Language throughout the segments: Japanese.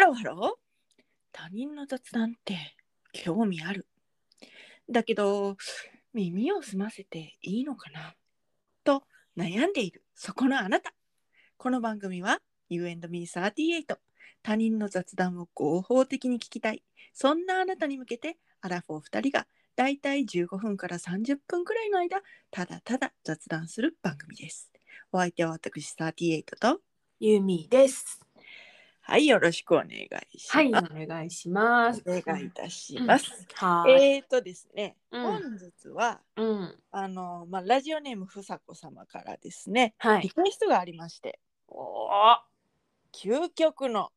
らわろ他人の雑談って興味ある。だけど耳を澄ませていいのかなと悩んでいるそこのあなた。この番組は You and me38 他人の雑談を合法的に聞きたいそんなあなたに向けてアラフォー2人がだいたい15分から30分くらいの間ただただ雑談する番組です。お相手は私38とゆみです。はいよろしくお願いします。はい、お願いします。お願いいたします。はーい。えーとですね、うん本日はうん。あの、まあ、ラジオネームふさこ様からですね、はリい。クエストがありまして、お究極の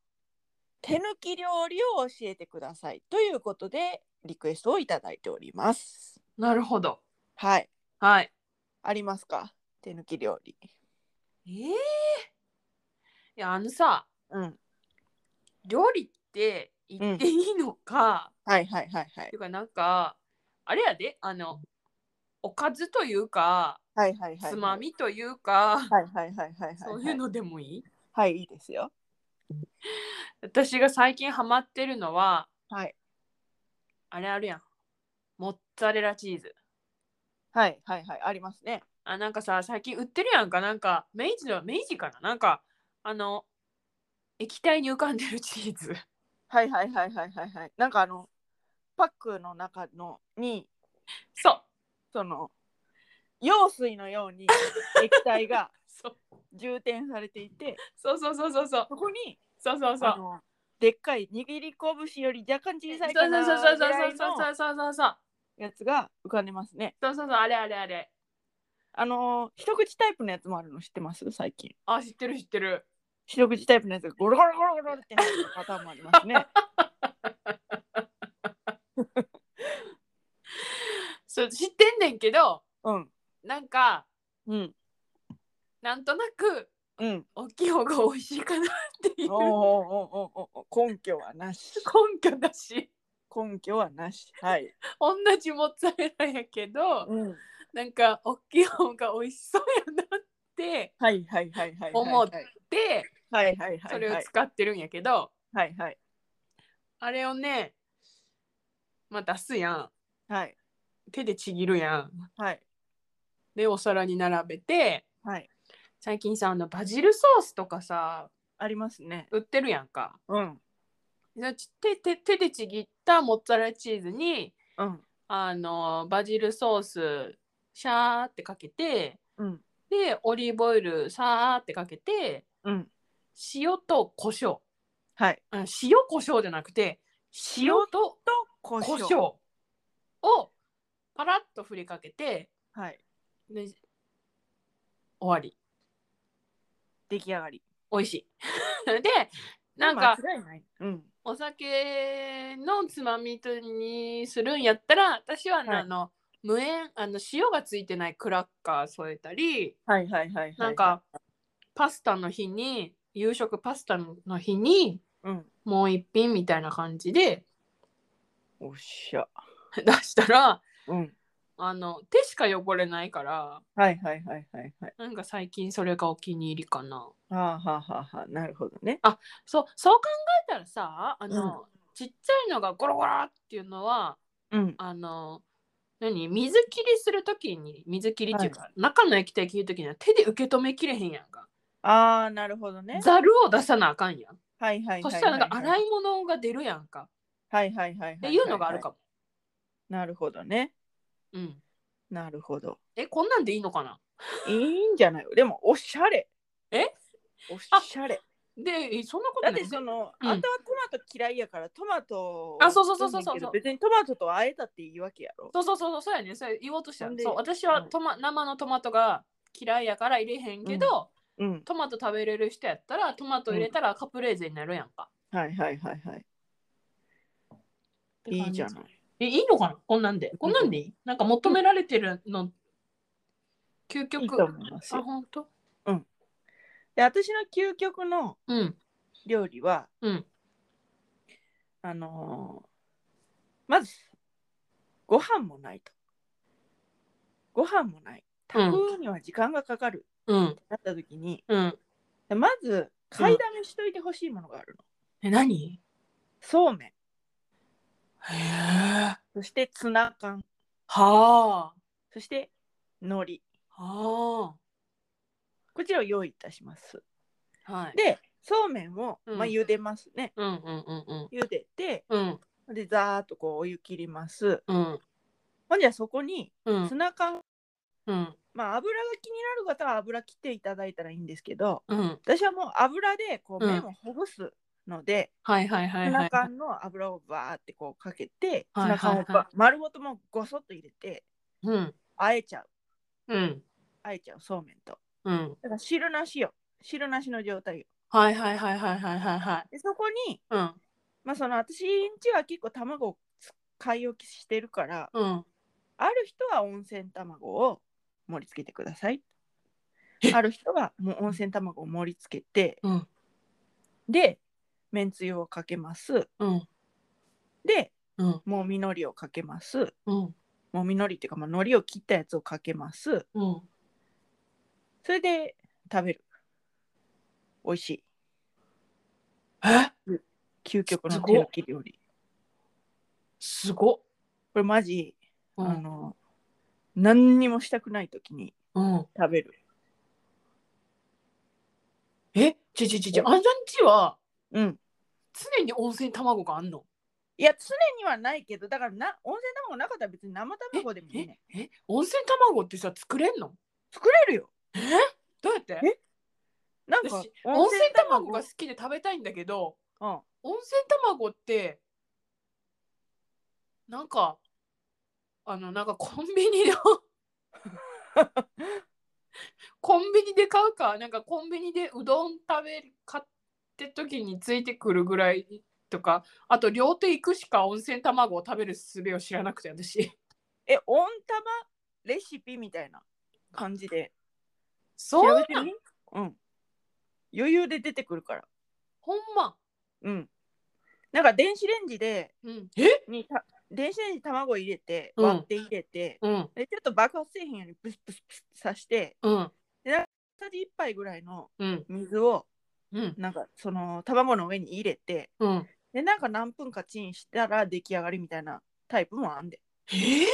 手抜き料理を教えてくださいということでリクエストをいただいております。なるほど。はい、はい。ありますか？手抜き料理。ええいや、あのさ、うん、料理って言っていいのか、はいはいはいはいていうかなんか、あれやで、あの、おかずというか、はいはいはいはい。つま。みというか、はいはいはいはいはい。そういう。のでもいいはいいいですよ。私が最近ハマってるのは、はいあれあるやん。モッツァレラチーズ。はいはいはいありますね。あなんかさ最近売ってるやんかなんか明治の明治かななんかあの液体に浮かんでるチーズ はいはいはいはいはいはい。なんかあのパックの中のにそうその用水のように液体 がそう充填されていてそうそうそうそうそうそこにそうそうそうあのでっかい握り拳より若干小さいそかうなそうそうそぐうらいのそうそうそうそうそうそうやつが浮かんでますね。そうそうそうあれあれあれあのー一口タイプのやつもあるの知ってます最近。あ知ってる知ってる一口タイプのやつがゴロゴロゴロゴロってなるパターンもあります ね。そう知ってんねんけどうんなんかうんなんとなくうん。大きい方が美味しいかなっていうおーおーおーおーおー根拠はなし。根拠だし根拠はなし。はい。同じモッツァレラやけどうん。なんか大きい方が美味しそうやなってはいはいはいはいはいはい。思っはいではいはいはい。それを使ってるんやけど、はいはいあれをねまあ出すやんはい手でちぎるやんはいでお皿に並べてはい。最近さあのバジルソースとかさありますね。売ってるやんかうんでち手手手でちぎったモッツァレラチーズにうんあのバジルソースシャーってかけてうんでオリーブオイルさーってかけてうん塩と胡椒はい。あ塩胡椒じゃなくて塩とと胡胡椒をパラッと振りかけてはいで終わり出来上がり美味しい でなんか間違いないうんお酒のつまみとにするんやったら私はね、はいあの無塩あの塩がついてないクラッカー添えたりはいはいはいはいなんかパスタの日に夕食パスタの日にうんもう一品みたいな感じで おっしゃ出したらうんあの手しか汚れないからはいはいはいはいはいなんか最近それがお気に入りかな。はあはあはあはあなるほどねそうそう考えたらさあの、ちっちゃいのがゴロゴロっていうのはうんあの何水切りするときに水切りっていうか、中の液体切るときには手で受け止めきれへんやんかああなるほどねざるを出さなあかんやん、はいはいはいそしたらなんか洗いい物が出るやんか、はいはいはいっていうのがあるかも、もなるほどねうんなるほどえこんなんでいいのかないいんじゃないでもおしゃれえおしゃれでえそんなことだっないてその、うんあんたはトマト嫌いやからトマトあそうそうそうそうそう食べんねんけど別にトマトとあえたっていいわけやろそうそうそうそうそうやねそう言おうとしたほんでそう私はトマ、生のトマトが嫌いやから入れへんけど、うんトマト食べれる人やったらトマト入れたらカプレーゼになるやんか、はいはいはいはいいいじゃないえいいのかなこんなんでこんなんでいいなんか求められてるの究極いいと思いますあよ本当で私の究極のうん料理はうんあのーまずご飯もないとご飯もない炊くには時間がかかるうんってなった時に、うんまず買いだめしといてほしいものがあるの、え、何そうめんへえ。そしてツナ缶はあ。そして海苔はこちらを用意いたしますあ。はい。でそうめんを、まあ、うん茹でますね、うんうんうんうん。茹でてうんでザーッとこうお湯切りますうんほんじゃそこにうんツナ缶、うんまあ油が気になる方は油切っていただいたらいいんですけどうん。私はもう油でこううん麺をほぐすので、はいはいはいツナはいはい。缶の油をバーってこうかけて、はツいナ缶をはいはば丸ごともうごそっと入れてうんあえちゃううんあえちゃうそうめんとうん。だから汁なしよ汁なしの状態よはいはいはいはいはいはいはい。でそこにうんまあその私んちは結構卵を使い置きしてるからうん。ある人は温泉卵を盛り付けてくださいえある人はもう温泉卵を盛り付けてうんでめんつゆをかけますうんでうんもみのりをかけますうんもみのりっていうか、まあ、のりを切ったやつをかけますうん。それで食べる美味しいえ究極すのごっ手焼き料理すごっ。これマジうあんの何にもしたくない時にうん。食べる。えちょちょちょちょ、あんたんちはうん。常に温泉卵があんのいや常にはないけどだからな温泉卵なかったら別に生卵でもいいえね。え温泉卵ってさ作れんの作れるよ。えどうやってえなんか私温泉卵が好きで食べたいんだけどうん温泉卵ってなんかあのなんかコンビニの コンビニで買うかなんかコンビニでうどん食べる買って時についてくるぐらいとかあと両手行くしか温泉卵を食べる術を知らなくて私 え温玉レシピみたいな感じで調そうべてみ。うん。余裕で出てくるから。ほんまうん。なんか電子レンジでうんえにた電子レンジに卵入れてうん割って入れて、うんでちょっと爆発せえへんようにプスプスプスって刺してうん小さじ1杯ぐらいのうん水をうんなんかその卵の上に入れてうんでなんか何分かチンしたら出来上がりみたいなタイプもあんでえー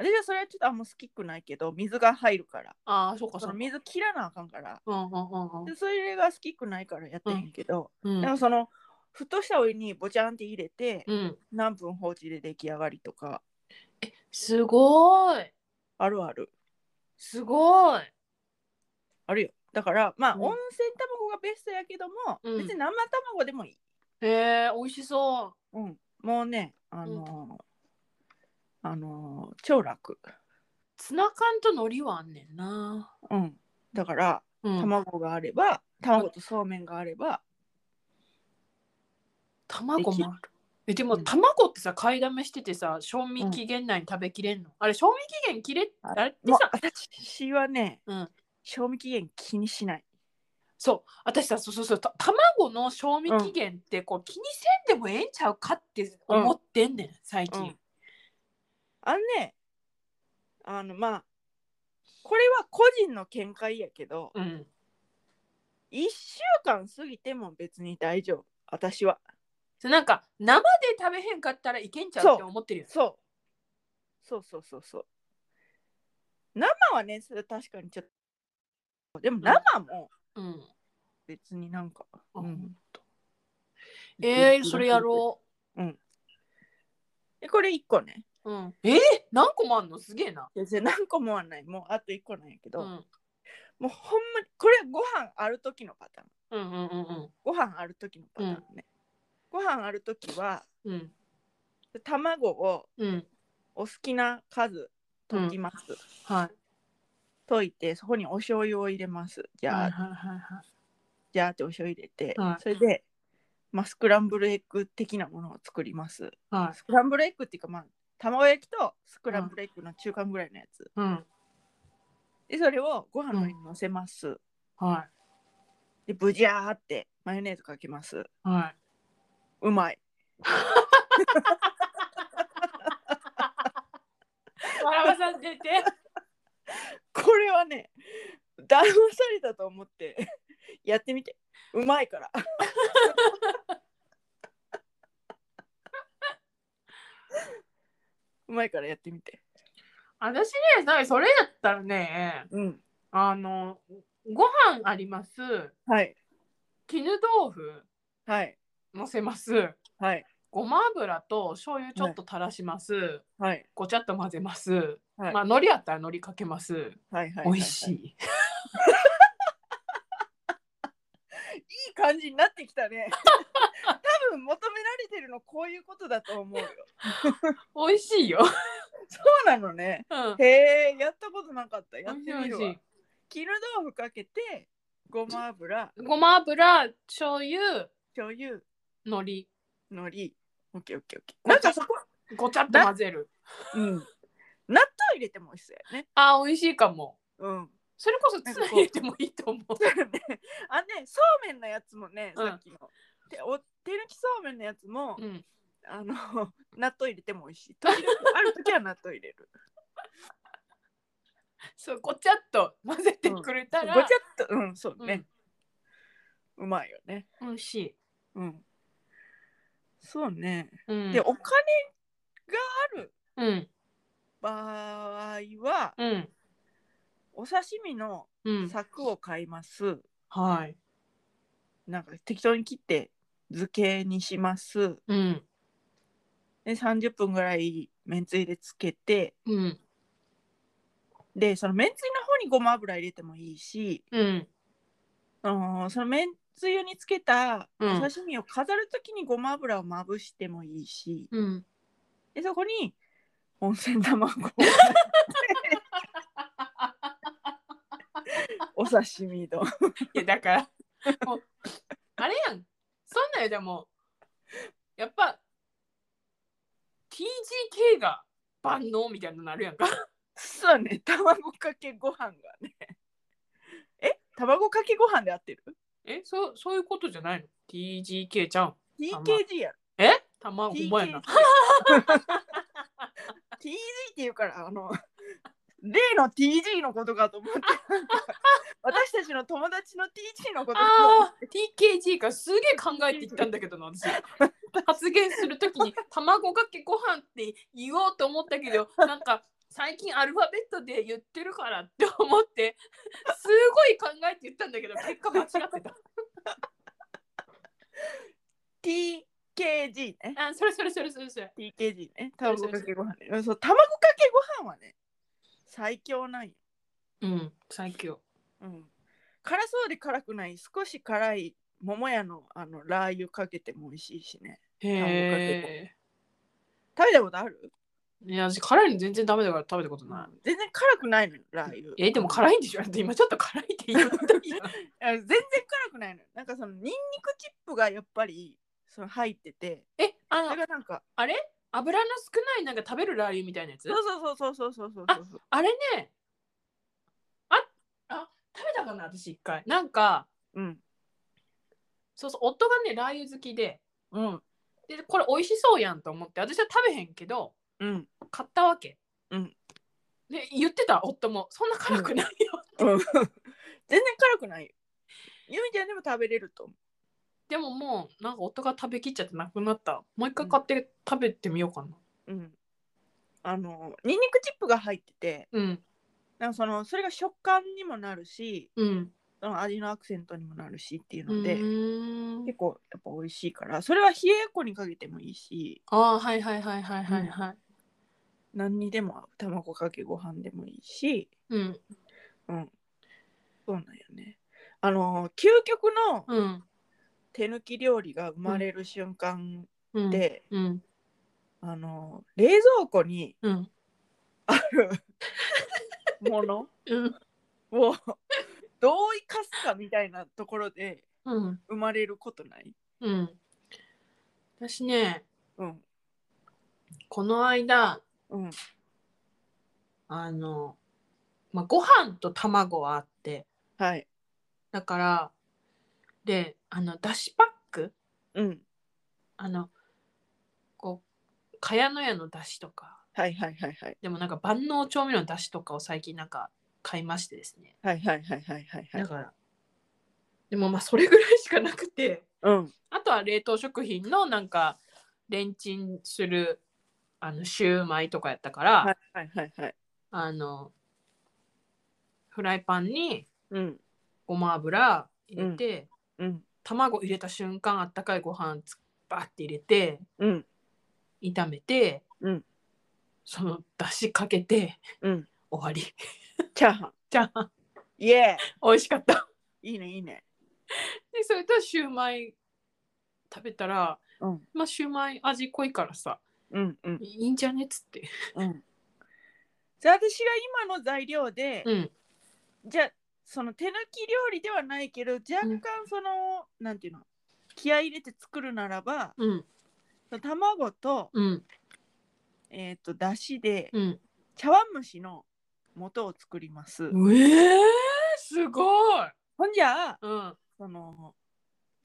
私はそれはちょっとあんま好きくないけど水が入るからああそうかそそうのか水切らなあかんからうんうんうんでそれが好きくないからやってへんけど、うんでもそのふとしたお湯にぼちゃんって入れて、うん何分放置で出来上がりとかすごーいあるあるすごーいあるよだからまあ、うん温泉卵がベストやけども、うん別に生卵でもいい、へえ美味しそうん、もうねあのーあのー超楽うツナ缶と海苔はあんねんなうんだからうん卵があれば卵とそうめんがあれば卵もあるえでもうん卵ってさ買いだめしててさ賞味期限内に食べきれんの、あれ賞味期限切れああれってもうさ私はね、うん賞味期限気にしないそう私さそうそうそうた卵の賞味期限ってこう気にせんでもええんちゃうかって思ってんねん、最近、うんあのねあのまあこれは個人の見解やけどうん、 1週間過ぎても別に大丈夫私はそうなんか生で食べへんかったらいけんちゃうって思ってるよねそうそうそうそうそう生はねそれ確かにちょっとでも生もう、ん、別になんか、あうんほんとえー、それやろうでこれ1個ねう、うん、えー、何個もあんのすげえな先生何個もはないもうあと1個なんやけど、うんもうほんまにこれご飯ある時のパターンうんうんうんご飯ある時のパターンね、ご飯ある時はうん卵をうんお好きな数溶きます、はい溶いてそこにお醤油を入れますじゃあ、はいはいはいはいじゃあってお醤油入れて、はいそれで、まあ、スクランブルエッグ的なものを作りますはいスクランブルエッグっていうかまあ卵焼きとスクランブルエッグの中間ぐらいのやつうんでそれをご飯の上にのせます、はでブジャーってマヨネーズかけますいはうまいいわらわさん出てこれはね騙されたと思ってやってみてうまいから。うまいからやってみて。私ね、だからそれやったらね、うん。あの、ご飯あります。はい。絹豆腐はい。のせます。はい。ごま油と醤油ちょっと垂らします。はい。ごちゃっと混ぜます。はいまあ、海苔あったら海苔かけます。はい。はい。美味しい。い。いい感じになってきたね。多分求められてるのこういうことだと思うよ。美味しいよ。そうなのね。うんへえ、やったことなかった。美やっ味していみる美味しわい。。絹豆腐かけて、ごま油、ごま油、醤油、醤油、海海苔。オッケーオッケーオッケー。ごちなゃんかそこ、苔、ごちゃっと混ぜる。うん。納豆入れても美味しそうやね。あー、美味しいかも。うん。 それこそツナ入れてもいいと思う。だよね。あね、そうめんのやつもね、うんさっきの。で、お手抜きそうめんのやつも、うん、あの、 納豆入れても美味しい。時々ある時は納豆入れる。そうごちゃっと混ぜてくれたごちら、ゃっと、うん、そうね。うまいよね。うん、美味しい。うん。そうね。うん、で、お金うん、場合は、うん、お刺身のうん、柵を買います。はい、なんか適当に切って漬けにします。うん、で30分ぐらいめんつゆでつけてうん、でそのめんつゆの方にごま油入れてもいいし、うん、あのーそのめんつゆにつけたおうん刺身を飾る時にごま油をまぶしてもいいしうん。でそこに温泉卵をお刺身丼いやだから、もうあれやん。そんなんよでも、やっぱ TGK が万能みたいなのなるやんか。そうね卵かけご飯がねえ卵かけご飯で合ってるえ、そうそういうことじゃないの？TGK ちゃん。 ?TKG やろえ？卵お前な TKG。TG っていうからあの例の TG のことかと 思ってなんか私たちの友達の TG のことかと思っあー TKG かすげえ考えていったんだけどな 私発言するときに卵かけご飯って言おうと思ったけどなんか最近アルファベットで言ってるからって思ってすごい考えて言ったんだけど結果間違ってたて TKG ね あそれそれそれそれそれ TKG ねそう卵そうそうかけご飯ねうんそう卵かけご飯はね最強なんよ、うん最強うん、辛そうで辛くない少し辛い桃屋のあのラー油かけても美味しいしねへえ食べたことある、いや私辛いの全然ダメだから食べたことない全然辛くないのよラー油えでも辛いんでしょだって今ちょっと辛いって言ったじゃんあ全然辛くないのよなんかそのニンニクチップがやっぱりその入ってて えそあれのがなんか油の少ないなんか食べるラー油みたいなやつそうそうそうそうそうそうそうそうあれね、あ、あ、食べたかな、私一回。なんか、うんそうそう、夫がね、ラー油好きで、うんで、これ美味しそうやんと思って、私は食べへんけど、うん 買ったわけ。うんで、言ってた、夫も、そんな辛くないよ。うん全然辛くないよゆみちゃんでも食べれると思 でももう、なんか夫が食べきっちゃってなくなった。もう一回買って食べてみようかな。ううんあのニンニクチップが入っててうん、なんかそのそれが食感にもなるしうん。その味のアクセントにもなるしっていううので、ーん結構やっぱ美味しいからそれは冷えやっこにかけてもいいしああ、はいはいはいはいはいはい。何にでも合う卵かけご飯でもいいしうん、うんそうなんよねあの究極のうん、手抜き料理が生まれる瞬間うん。で、うん、あの冷蔵庫にうん、あるもの うん、を どう生かすかみたいなところでうん。生まれることない、うん。私ね、うんこの間、うん、あの、まあ、ご飯と卵はあって、はい、だから、で、あの、だしパックうん、あの、こう、かやのやのだしとか、はいはいはいはいでもなんか万能調味料のだしとかを最近なんか買いましてですね。はいはいはいはいはいはだいから、でもまあそれぐらいしかなくてうんあとは冷凍食品のなんかレンチンするあのシューマイとかやったから、はいはいはいはいあのフライパンにうんごま油入れて、うん卵入れた瞬間あったかいご飯つバッて入れてうん炒めて、うんそのだしかけてうん終わりチャーハンじゃあイエ美味しかったーイいいねいいねでそれとシューマイ食べたら、うんまあシューマイ味濃いからさうんうんいいんじゃねっつってうんじゃあ私が今の材料で、うんじゃあその手抜き料理ではないけど若う干んその、なんていうの気合い入れて作るならばうん卵と,、うんえー、とだしでうん茶碗蒸しの素を作ります、えー、すごいほんじゃあうんその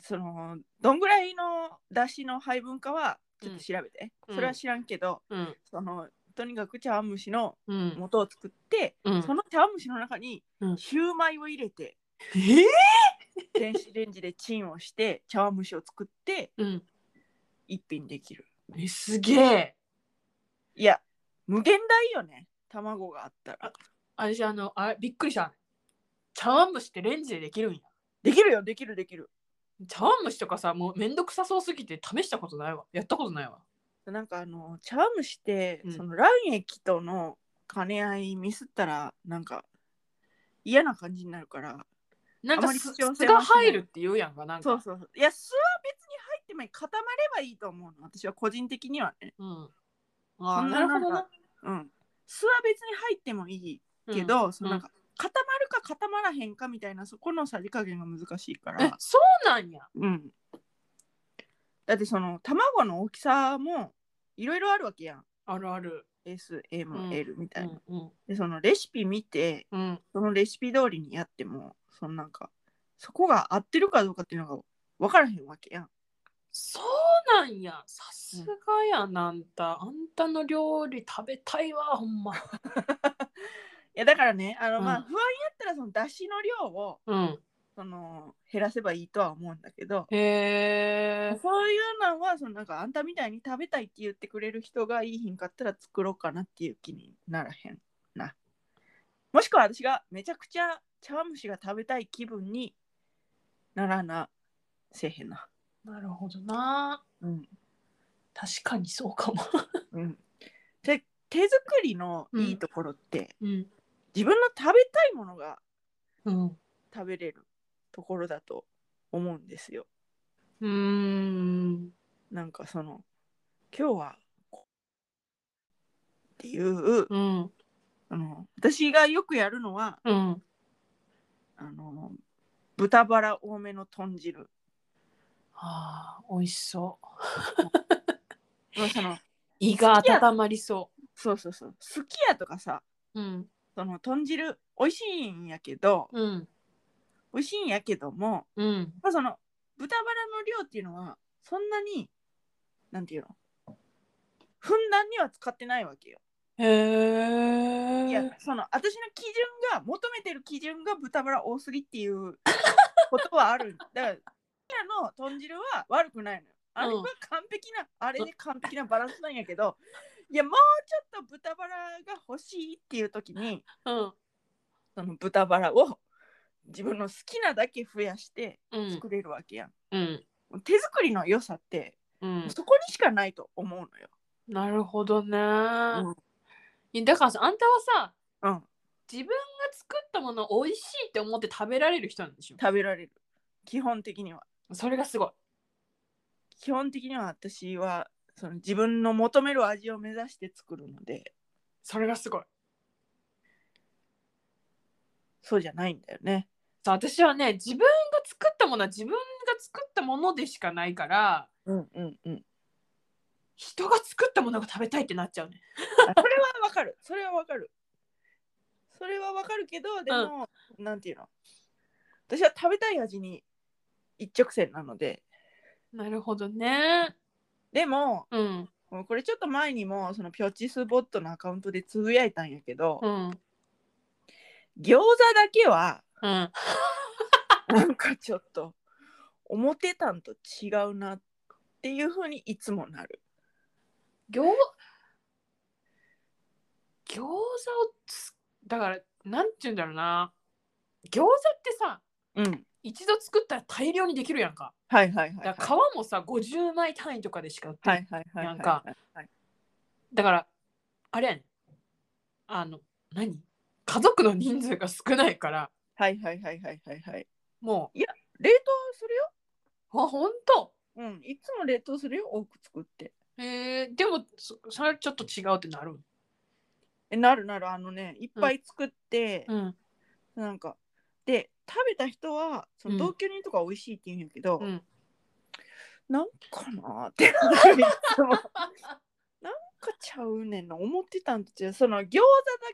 そのどんぐらいのだしの配分かはちょっと調べて、うんそれは知らんけど、うんそのとにかく茶碗蒸しのうん素を作って、うんその茶碗蒸しの中にうんシューマイを入れて、えー電子レンジでチンをして茶碗蒸しを作ってうん一品できるえすげえいや無限大よね卵があったらあれじゃあのあれびっくりした茶碗蒸しってレンジでできるんやできるよできるできる茶碗蒸しとかさもうめんどくさそうすぎて試したことないわやったことないわなんかあの茶碗蒸しって、うんその卵液との兼ね合いミスったらなんか嫌な感じになるからなんあかまりす必要酢性はがしない入るって言うやんかなんかそうそうそういや酢は別に入ってもいい固まればいいと思うの私は個人的にはねうん、あそーんななるほどな。なんうん酢は別に入ってもいいけど、そのなんか固まるか固まらへんかみたいなそこのさじ加減が難しいかうん、えら、そうなんや。うん、だってその卵の大きさもいろいろあるわけやんあるある。 SML みたういな、んうんでそのレシピ見てうんそのレシピ通りにやってもそのなんかそこが合ってるかどうかっていうのが分からへんわけやんそうなんや。さすがやな、あんた。あんたの料理食べたいわ、ほんま。いやだからねあの、まあうん不安やったらその出汁の量をうん。その減らせばいいとは思うんだけど、へえ。そういうのはそのなんかあんたみたいに食べたいって言ってくれる人がいいひんかったら作ろうかなっていう気にならへんなもしくは私がめちゃくちゃ茶碗蒸しが食べたい気分にならなせえへんななるほどな。うん、確かにそうかも。うん、で手作りのいいところって、うん。自分の食べたいものがうん。う食べれるところだと思うんですよーん。なんかその今日はこっていううん。あの私がよくやるのはうん。あの豚バラ多めの豚汁、ああ、美味しそう。まあ、その胃が温まりそそうそうそうすき家とかさう。うん。その豚汁美味しいんやけどうん。美味しいんやけども、うん。まあ、その豚バラの量っていうのはそんなになんていうのふんだんには使ってないわけよ。へえ。いやその私の基準が求めてる基準が豚バラ多すぎって いうことはあるだから彼らの豚汁は悪くないのよあれは完璧な、あれで完璧なバランスなんやけ どいやもうちょっと豚バラが欲しいっていう時にうん。その豚バラを自分の好きなだけ増やしてうん。作れるわけやん、うん。手作りの良さってうん。そこにしかないと思うのよ、なるほどね、んいやだからさあんたはさうん、自分が作ったものを美味しいって思って食べられる人なんでしょ食べられる基本的にはそれがすごい基本的には私はその自分の求める味を目指して作るのでそれがすごいそうじゃないんだよね。さ私はね自分が作ったものは自分が作ったものでしかないからうんうんうん。人が作ったものが食べたいってなっちゃうねあそれはわかる。それはわかる。それはわかるけどでも、なんていうの私は食べたい味に一直線なのでなるほどねでもうんこれちょっと前にもそのピョチスボットのアカウントでつぶやいたんやけど、うん餃子だけはうんなんかちょっと思ってたんと違うなっていうふうにいつもなる餃餃子をつだからなんて言うんだろうな餃子ってさうん一度作ったら大量にできるやんかはいはいはいだはいから皮もさ50枚単位とかでしか売ってな、はいいはいはいはいなんかはいだからあれやねんあの何家族の人数が少ないからはいはいはいはいはいはいも冷凍するようあ本当うんいつも冷凍するよ多く作ってえー、でもそそれちょっと違うってなるえなるなるあのねいっぱい作って、うんなんかで食べた人はそのうん同居人とか美味しいって言うんやけど、うんなんかなーって なるいつもなんかちゃうねんな思ってたんと違うその餃子だ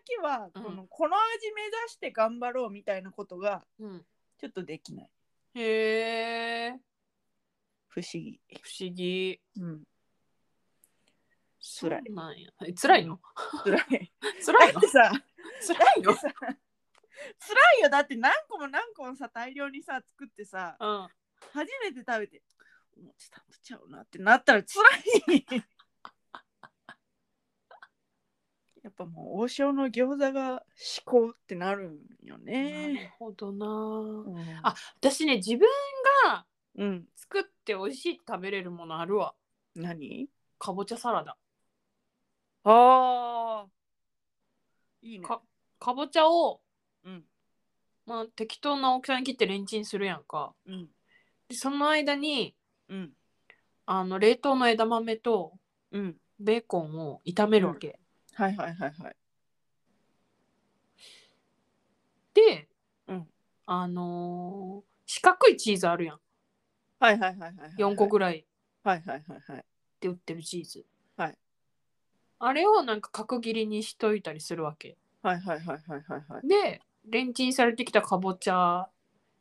けはうんこの,、この味目指して頑張ろうみたいなことがうんちょっとできないへえ不思議、不思議うん、辛辛いいなんやえ辛いの辛い辛 だいのってさ辛いのさ辛いよだって何個も何個もさ大量にさ作ってさうん初めて食べて思ってたんとちゃうなってなったら辛いやっぱもう王将の餃子が至高ってなるんよなね、るほどなうん、あ私ね自分がうん作って美味しいって食べれるものあるわ何かぼちゃサラダあーいいねかかぼちゃを、うんまあ、適当な大きさに切ってレンチンするやんかうんでその間にうんあの冷凍の枝豆とうんベーコンを炒めるわけ、はいはいはいはいで、うんあのー四角いチーズあるやんはいはいはいはい4個ぐらいらいはいはいはいはいで売ってるチーズ、はいあれをなんか角切りにしといたりするわけはいはいはいはいはいはいでレンチンされてきたかぼちゃ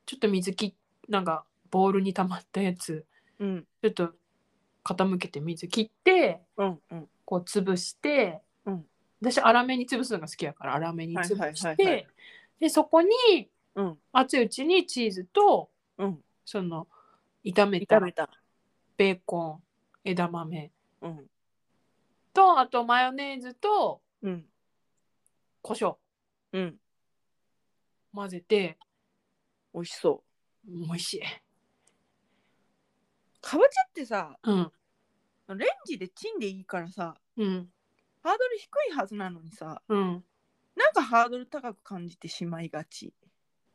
ちょっと水きなんかボウルに溜まったやつうんちょっと傾けて水切ってうんうんこう潰して、うん私粗めに潰すのが好きやから粗めに潰して、はいはいはいはいでそこにうん熱いうちにチーズとうんその炒めた炒めたベーコン枝豆うんとあとマヨネーズとうん胡椒うん混ぜて美味しそう美味しい。かぼちゃってさうんレンジでチンでいいからさうんハードル低いはずなのにさうんなんかハードル高く感じてしまいがち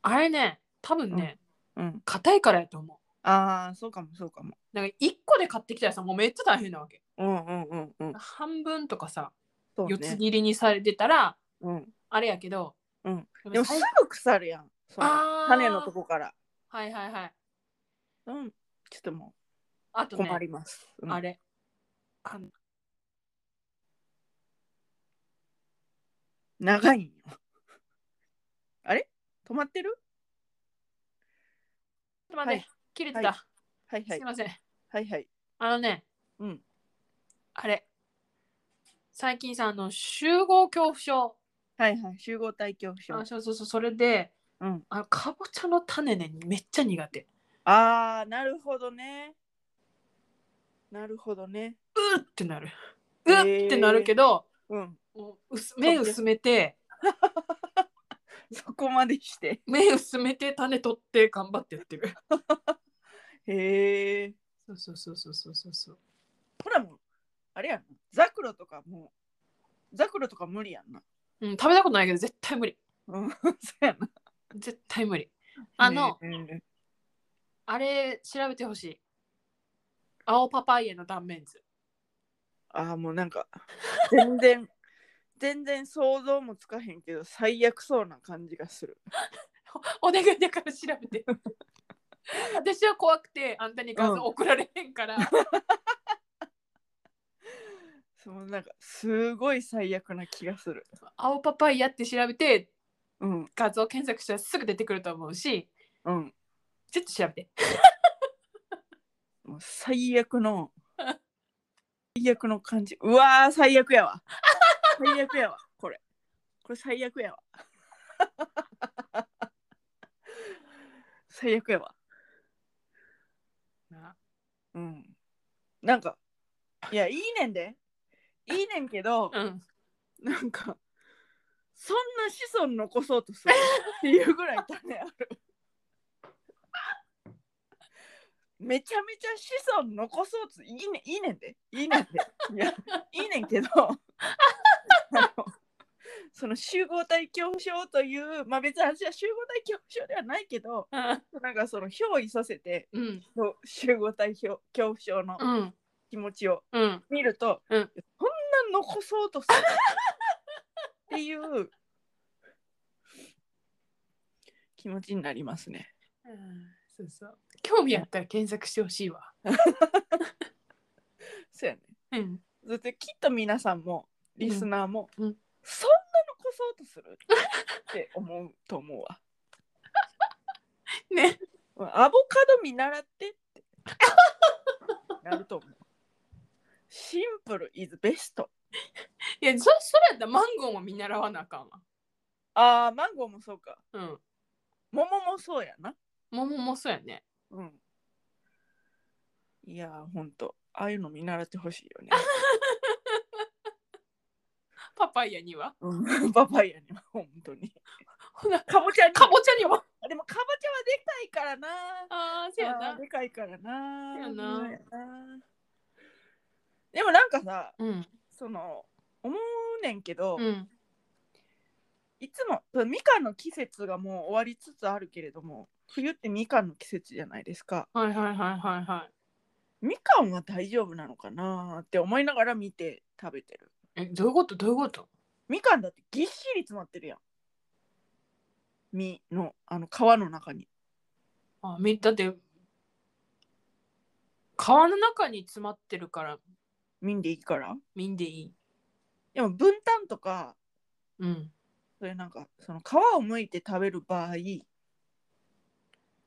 あれね多分ね、うん硬いからやと思あーそうかもそうかもう。なんか1個で買ってきたらさもうめっちゃ大変なわけ。うんうんうんうん半分とかさ、そう四つね切りにされてたらうんあれやけど、うん、ででももす最ぐ腐るやんそのあー種のとこからはいはいはい。うんちょっともあうとね困ります、うんあれあの長いんよあれ止まってるちょっと待って、はい切れてた、ははいはいすいませんはいはいあのねうんあれ最近さあの集合恐怖症はいはい集合体恐怖あ症そうそうそうそれでうんあのかぼちゃの種ねめっちゃ苦手あーなるほどねなるほどねうーってなるうーってなるけど、うんもう薄目薄めてそこまでして目薄めて種取って頑張ってやってるへえ。そうそうそうそうそうそうそうほらもう、あれやな。ザクロとかもう、ザクロとか無理やんな。うん、食べたことないけど絶対無理うん、 そうやな。絶対無理あの、ねあれ調べてほしい青パパイヤの断面図ああ、もうなんか、全然、 全然想像もつかへんけど、最悪そうな感じがする。お願いだから調べ て私は怖くてあんたに画像送られへんから、そのなんか、すごい最悪な気がする。青パパイヤって調べてうん、画像検索したらすぐ出てくると思うしうん。ちょっと調べてもう最悪の、最悪の感じ。うわー、最悪やわ。最悪やわ、これ。これ最悪やわ。最悪やわ。なうん。なんか、いや、いいねんで。いいねんけど、うん。なんか、そんな子孫残そうとするっていうぐらい種ある。めちゃめちゃ子孫残そうといいねいいねんでいいねんでいやいいねんけどあのその集合体恐怖症というまあ別に私は集合体恐怖症ではないけどなんかその憑依させてうん。そう集合体恐怖症のうん。気持ちをうん。見ると、うんそんな残そうとするっていう気持ちになりますね。そうそう。興味あったら検索してほしいわ。そうやね。うん。だってきっと皆さんもリスナーも、うんうんそんな残そうとするって思うと思うわ。 ね。アボカド見習ってってなると思う。シンプルイズベスト。いや、そ、それやったらマンゴーも見習わなあかんわ。ああ、マンゴーもそうか。うん。桃もそうやな。桃もそうやね。うん。いやー、ほんと、ああいうの見習ってほしい よね。パパイヤには。うん、 パパイヤには、ほんとに。ほな、かぼちゃにかぼちゃには。あでも、かぼちゃはでかいからな。ああ、そうやあーな。でかいからな。そうやなそうやなでもなんかさ、うん。その、思うねんけど、うん。いつも、そのみかんの季節がもう終わりつつあるけれども、冬ってみかんの季節じゃないですか。はいはいはいはいはい。みかんは大丈夫なのかなーって思いながら見て食べてる。え、どういうこと、どういうこと。みかんだってぎっしり詰まってるやん。実のあの皮の中に。あ、み、だって。皮の中に詰まってるから、実でいいから。見んでいい。でも分担とか、うん。それなんかその皮を剥いて食べる場合、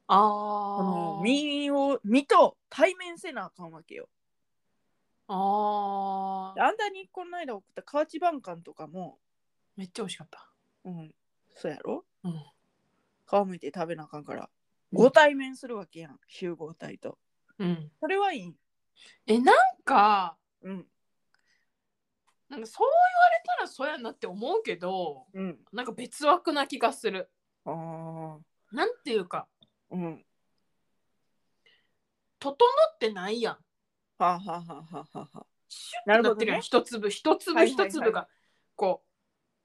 ああのあ。。実を実と対面せなあかんわけよ。ああ。あんたにこの間送った河内晩柑とかも、めっちゃ美味しかった。うん、そうやろうん。皮剥いて食べなあかんから。ご対面するわけやん、集合体と。うん。それはいい。え、なんか。うん、なんかそう言われたらそうやなって思うけどうん。なんか別枠な気がするああ、なんていうかうん。整ってないやんはあ、はあはあはあはあ。シュなッてるほどなってるやんね。一粒一粒はいはいはい一粒がこう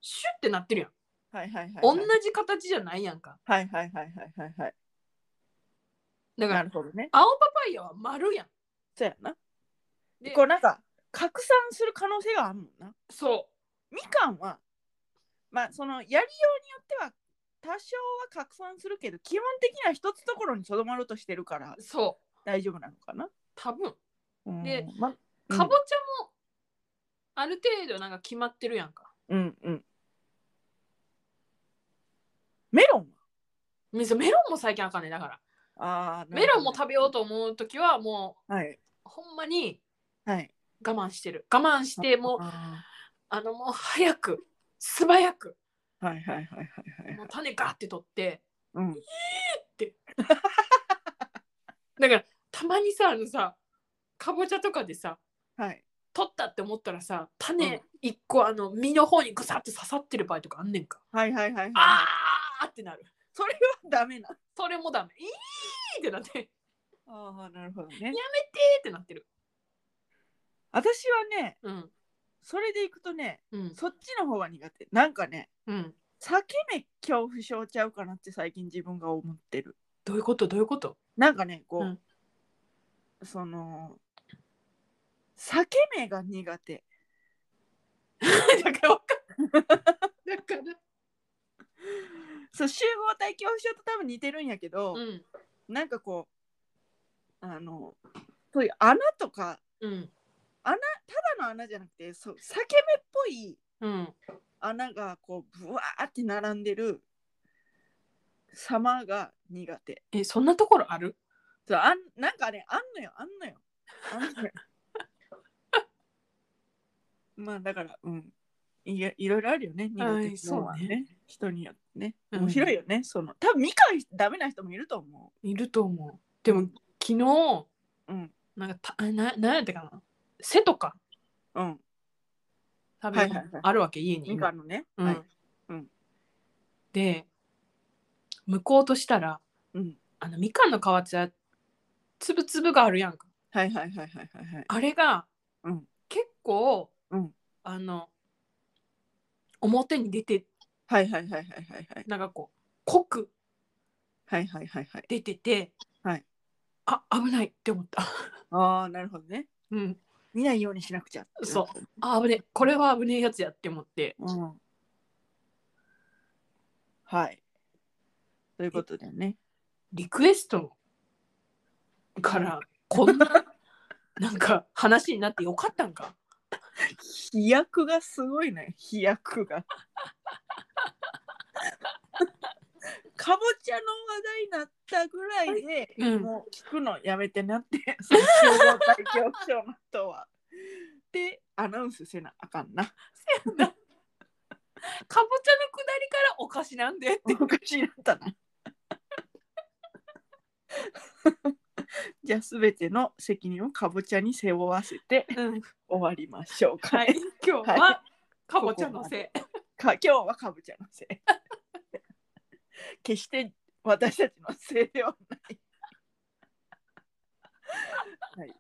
シュッてなってるやんはいはいはい、はい。同じ形じゃないやんかはいはいはいはいはいはい。だかならるほどね。青パパイヤは丸やんそうやな。でこうなんか拡散する可能性があるもんな。そみかんはまあそのやりようによっては多少は拡散するけど基本的には一つところにとどまろうとしてるからうそう大丈夫なのかな。多分うんで、ま、うんかぼちゃもある程度なんか決まってるやんかうんうん。メロンめそうメロンも最近あかんねだからはあーメロンなもる食べようと思う時はもほどねはい。うほんまにはい。我慢してる我慢してもうああのもう早く素早くーはいはいはいはいはいもう。種ガーって取ってうん。だからたまにさあのさかぼちゃとかでさはい。取ったって思ったらさうん種一個あの実の方にグサって刺さってる場合とかあんねんか、はいはいはいはい。あーってなるそれはダメな。それもダメいーってなっていーっああ、なるほどね。てなってる私はね、うんそれでいくとね、うんそっちの方が苦手。なんかね、うん裂け目恐怖症ちゃうかなって最近自分が思ってる。どういうことどういうこと なんかね、こう、うんその、裂け目が苦手。だからわかるだからそう、集合体恐怖症と多分似てるんやけど、うんなんかこう、あの、そういう穴とか、うんただの穴じゃなくて、そう、裂け目っぽいうん穴がこう、ぶわーって並んでる様が苦手。えそんなところあるそうあんなんかねあんのよあんのよあん のよまあだからうんいやいろいろあるよね苦手はいっていうのはそうね人によってねうん面白いよね、その多分見返ダメな人もいると思いると思う。でも昨日ううんなんかたあななんやったかな背とかうん食べはる、いはいはいあるわけ家にみ今かんのね、うんはいうんで剥こうとしたらうん、あのみかんの皮ってつぶつぶがあるやんかはいはいはいはいはいはいあれが、うん結構、うんあの表に出てはいはいはいはいはいはいなんかこう濃くはいはいはいはい出てて、はいあ危ないって思った、 ああなるほどねうん、見ないようにしなくちゃそうあ危ねえこれは危ねえやつやって思ってう、うん、はいということだよねリクエストからこん ななんか話になってよかったんか飛躍がすごいね飛躍がかぼちゃの話題になったぐらいで、うんもう聞くのやめてなってその集合体恐怖症の人は。でアナウンスせなあかんな。かぼちゃのくだりからおかしなんでっておかしいなったな。じゃあ全ての責任をかぼちゃに背負わせてうん終わりましょうか、はい、今日は、はかぼちゃのせい。か今日はかぶちゃんのせい決して私たちのせいではない、はい、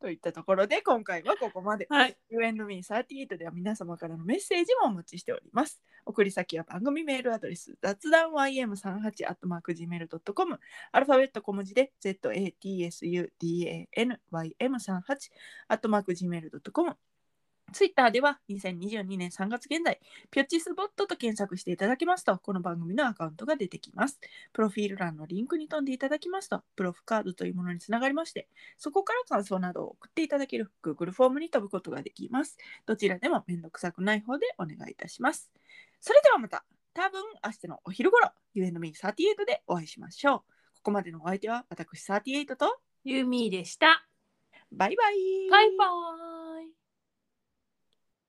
といったところで今回はここまではい、 You and me38 では皆様からのメッセージもお持ちしております。送り先は番組メールアドレス雑談 ym38-gmail.com アルファベット小文字で zatsudanym38-gmail.com ツイッターでは2022年3月現在、ピョッチスボットと検索していただきますと、この番組のアカウントが出てきます。プロフィール欄のリンクに飛んでいただきますと、プロフカードというものにつながりまして、そこから感想などを送っていただける Google フォームに飛ぶことができます。どちらでも面倒くさくない方でお願いいたします。それではまた、多分明日のお昼頃、You and me38 でお会いしましょう。ここまでのお相手は私38とユーミーでした。バイバイ。バイバーイ。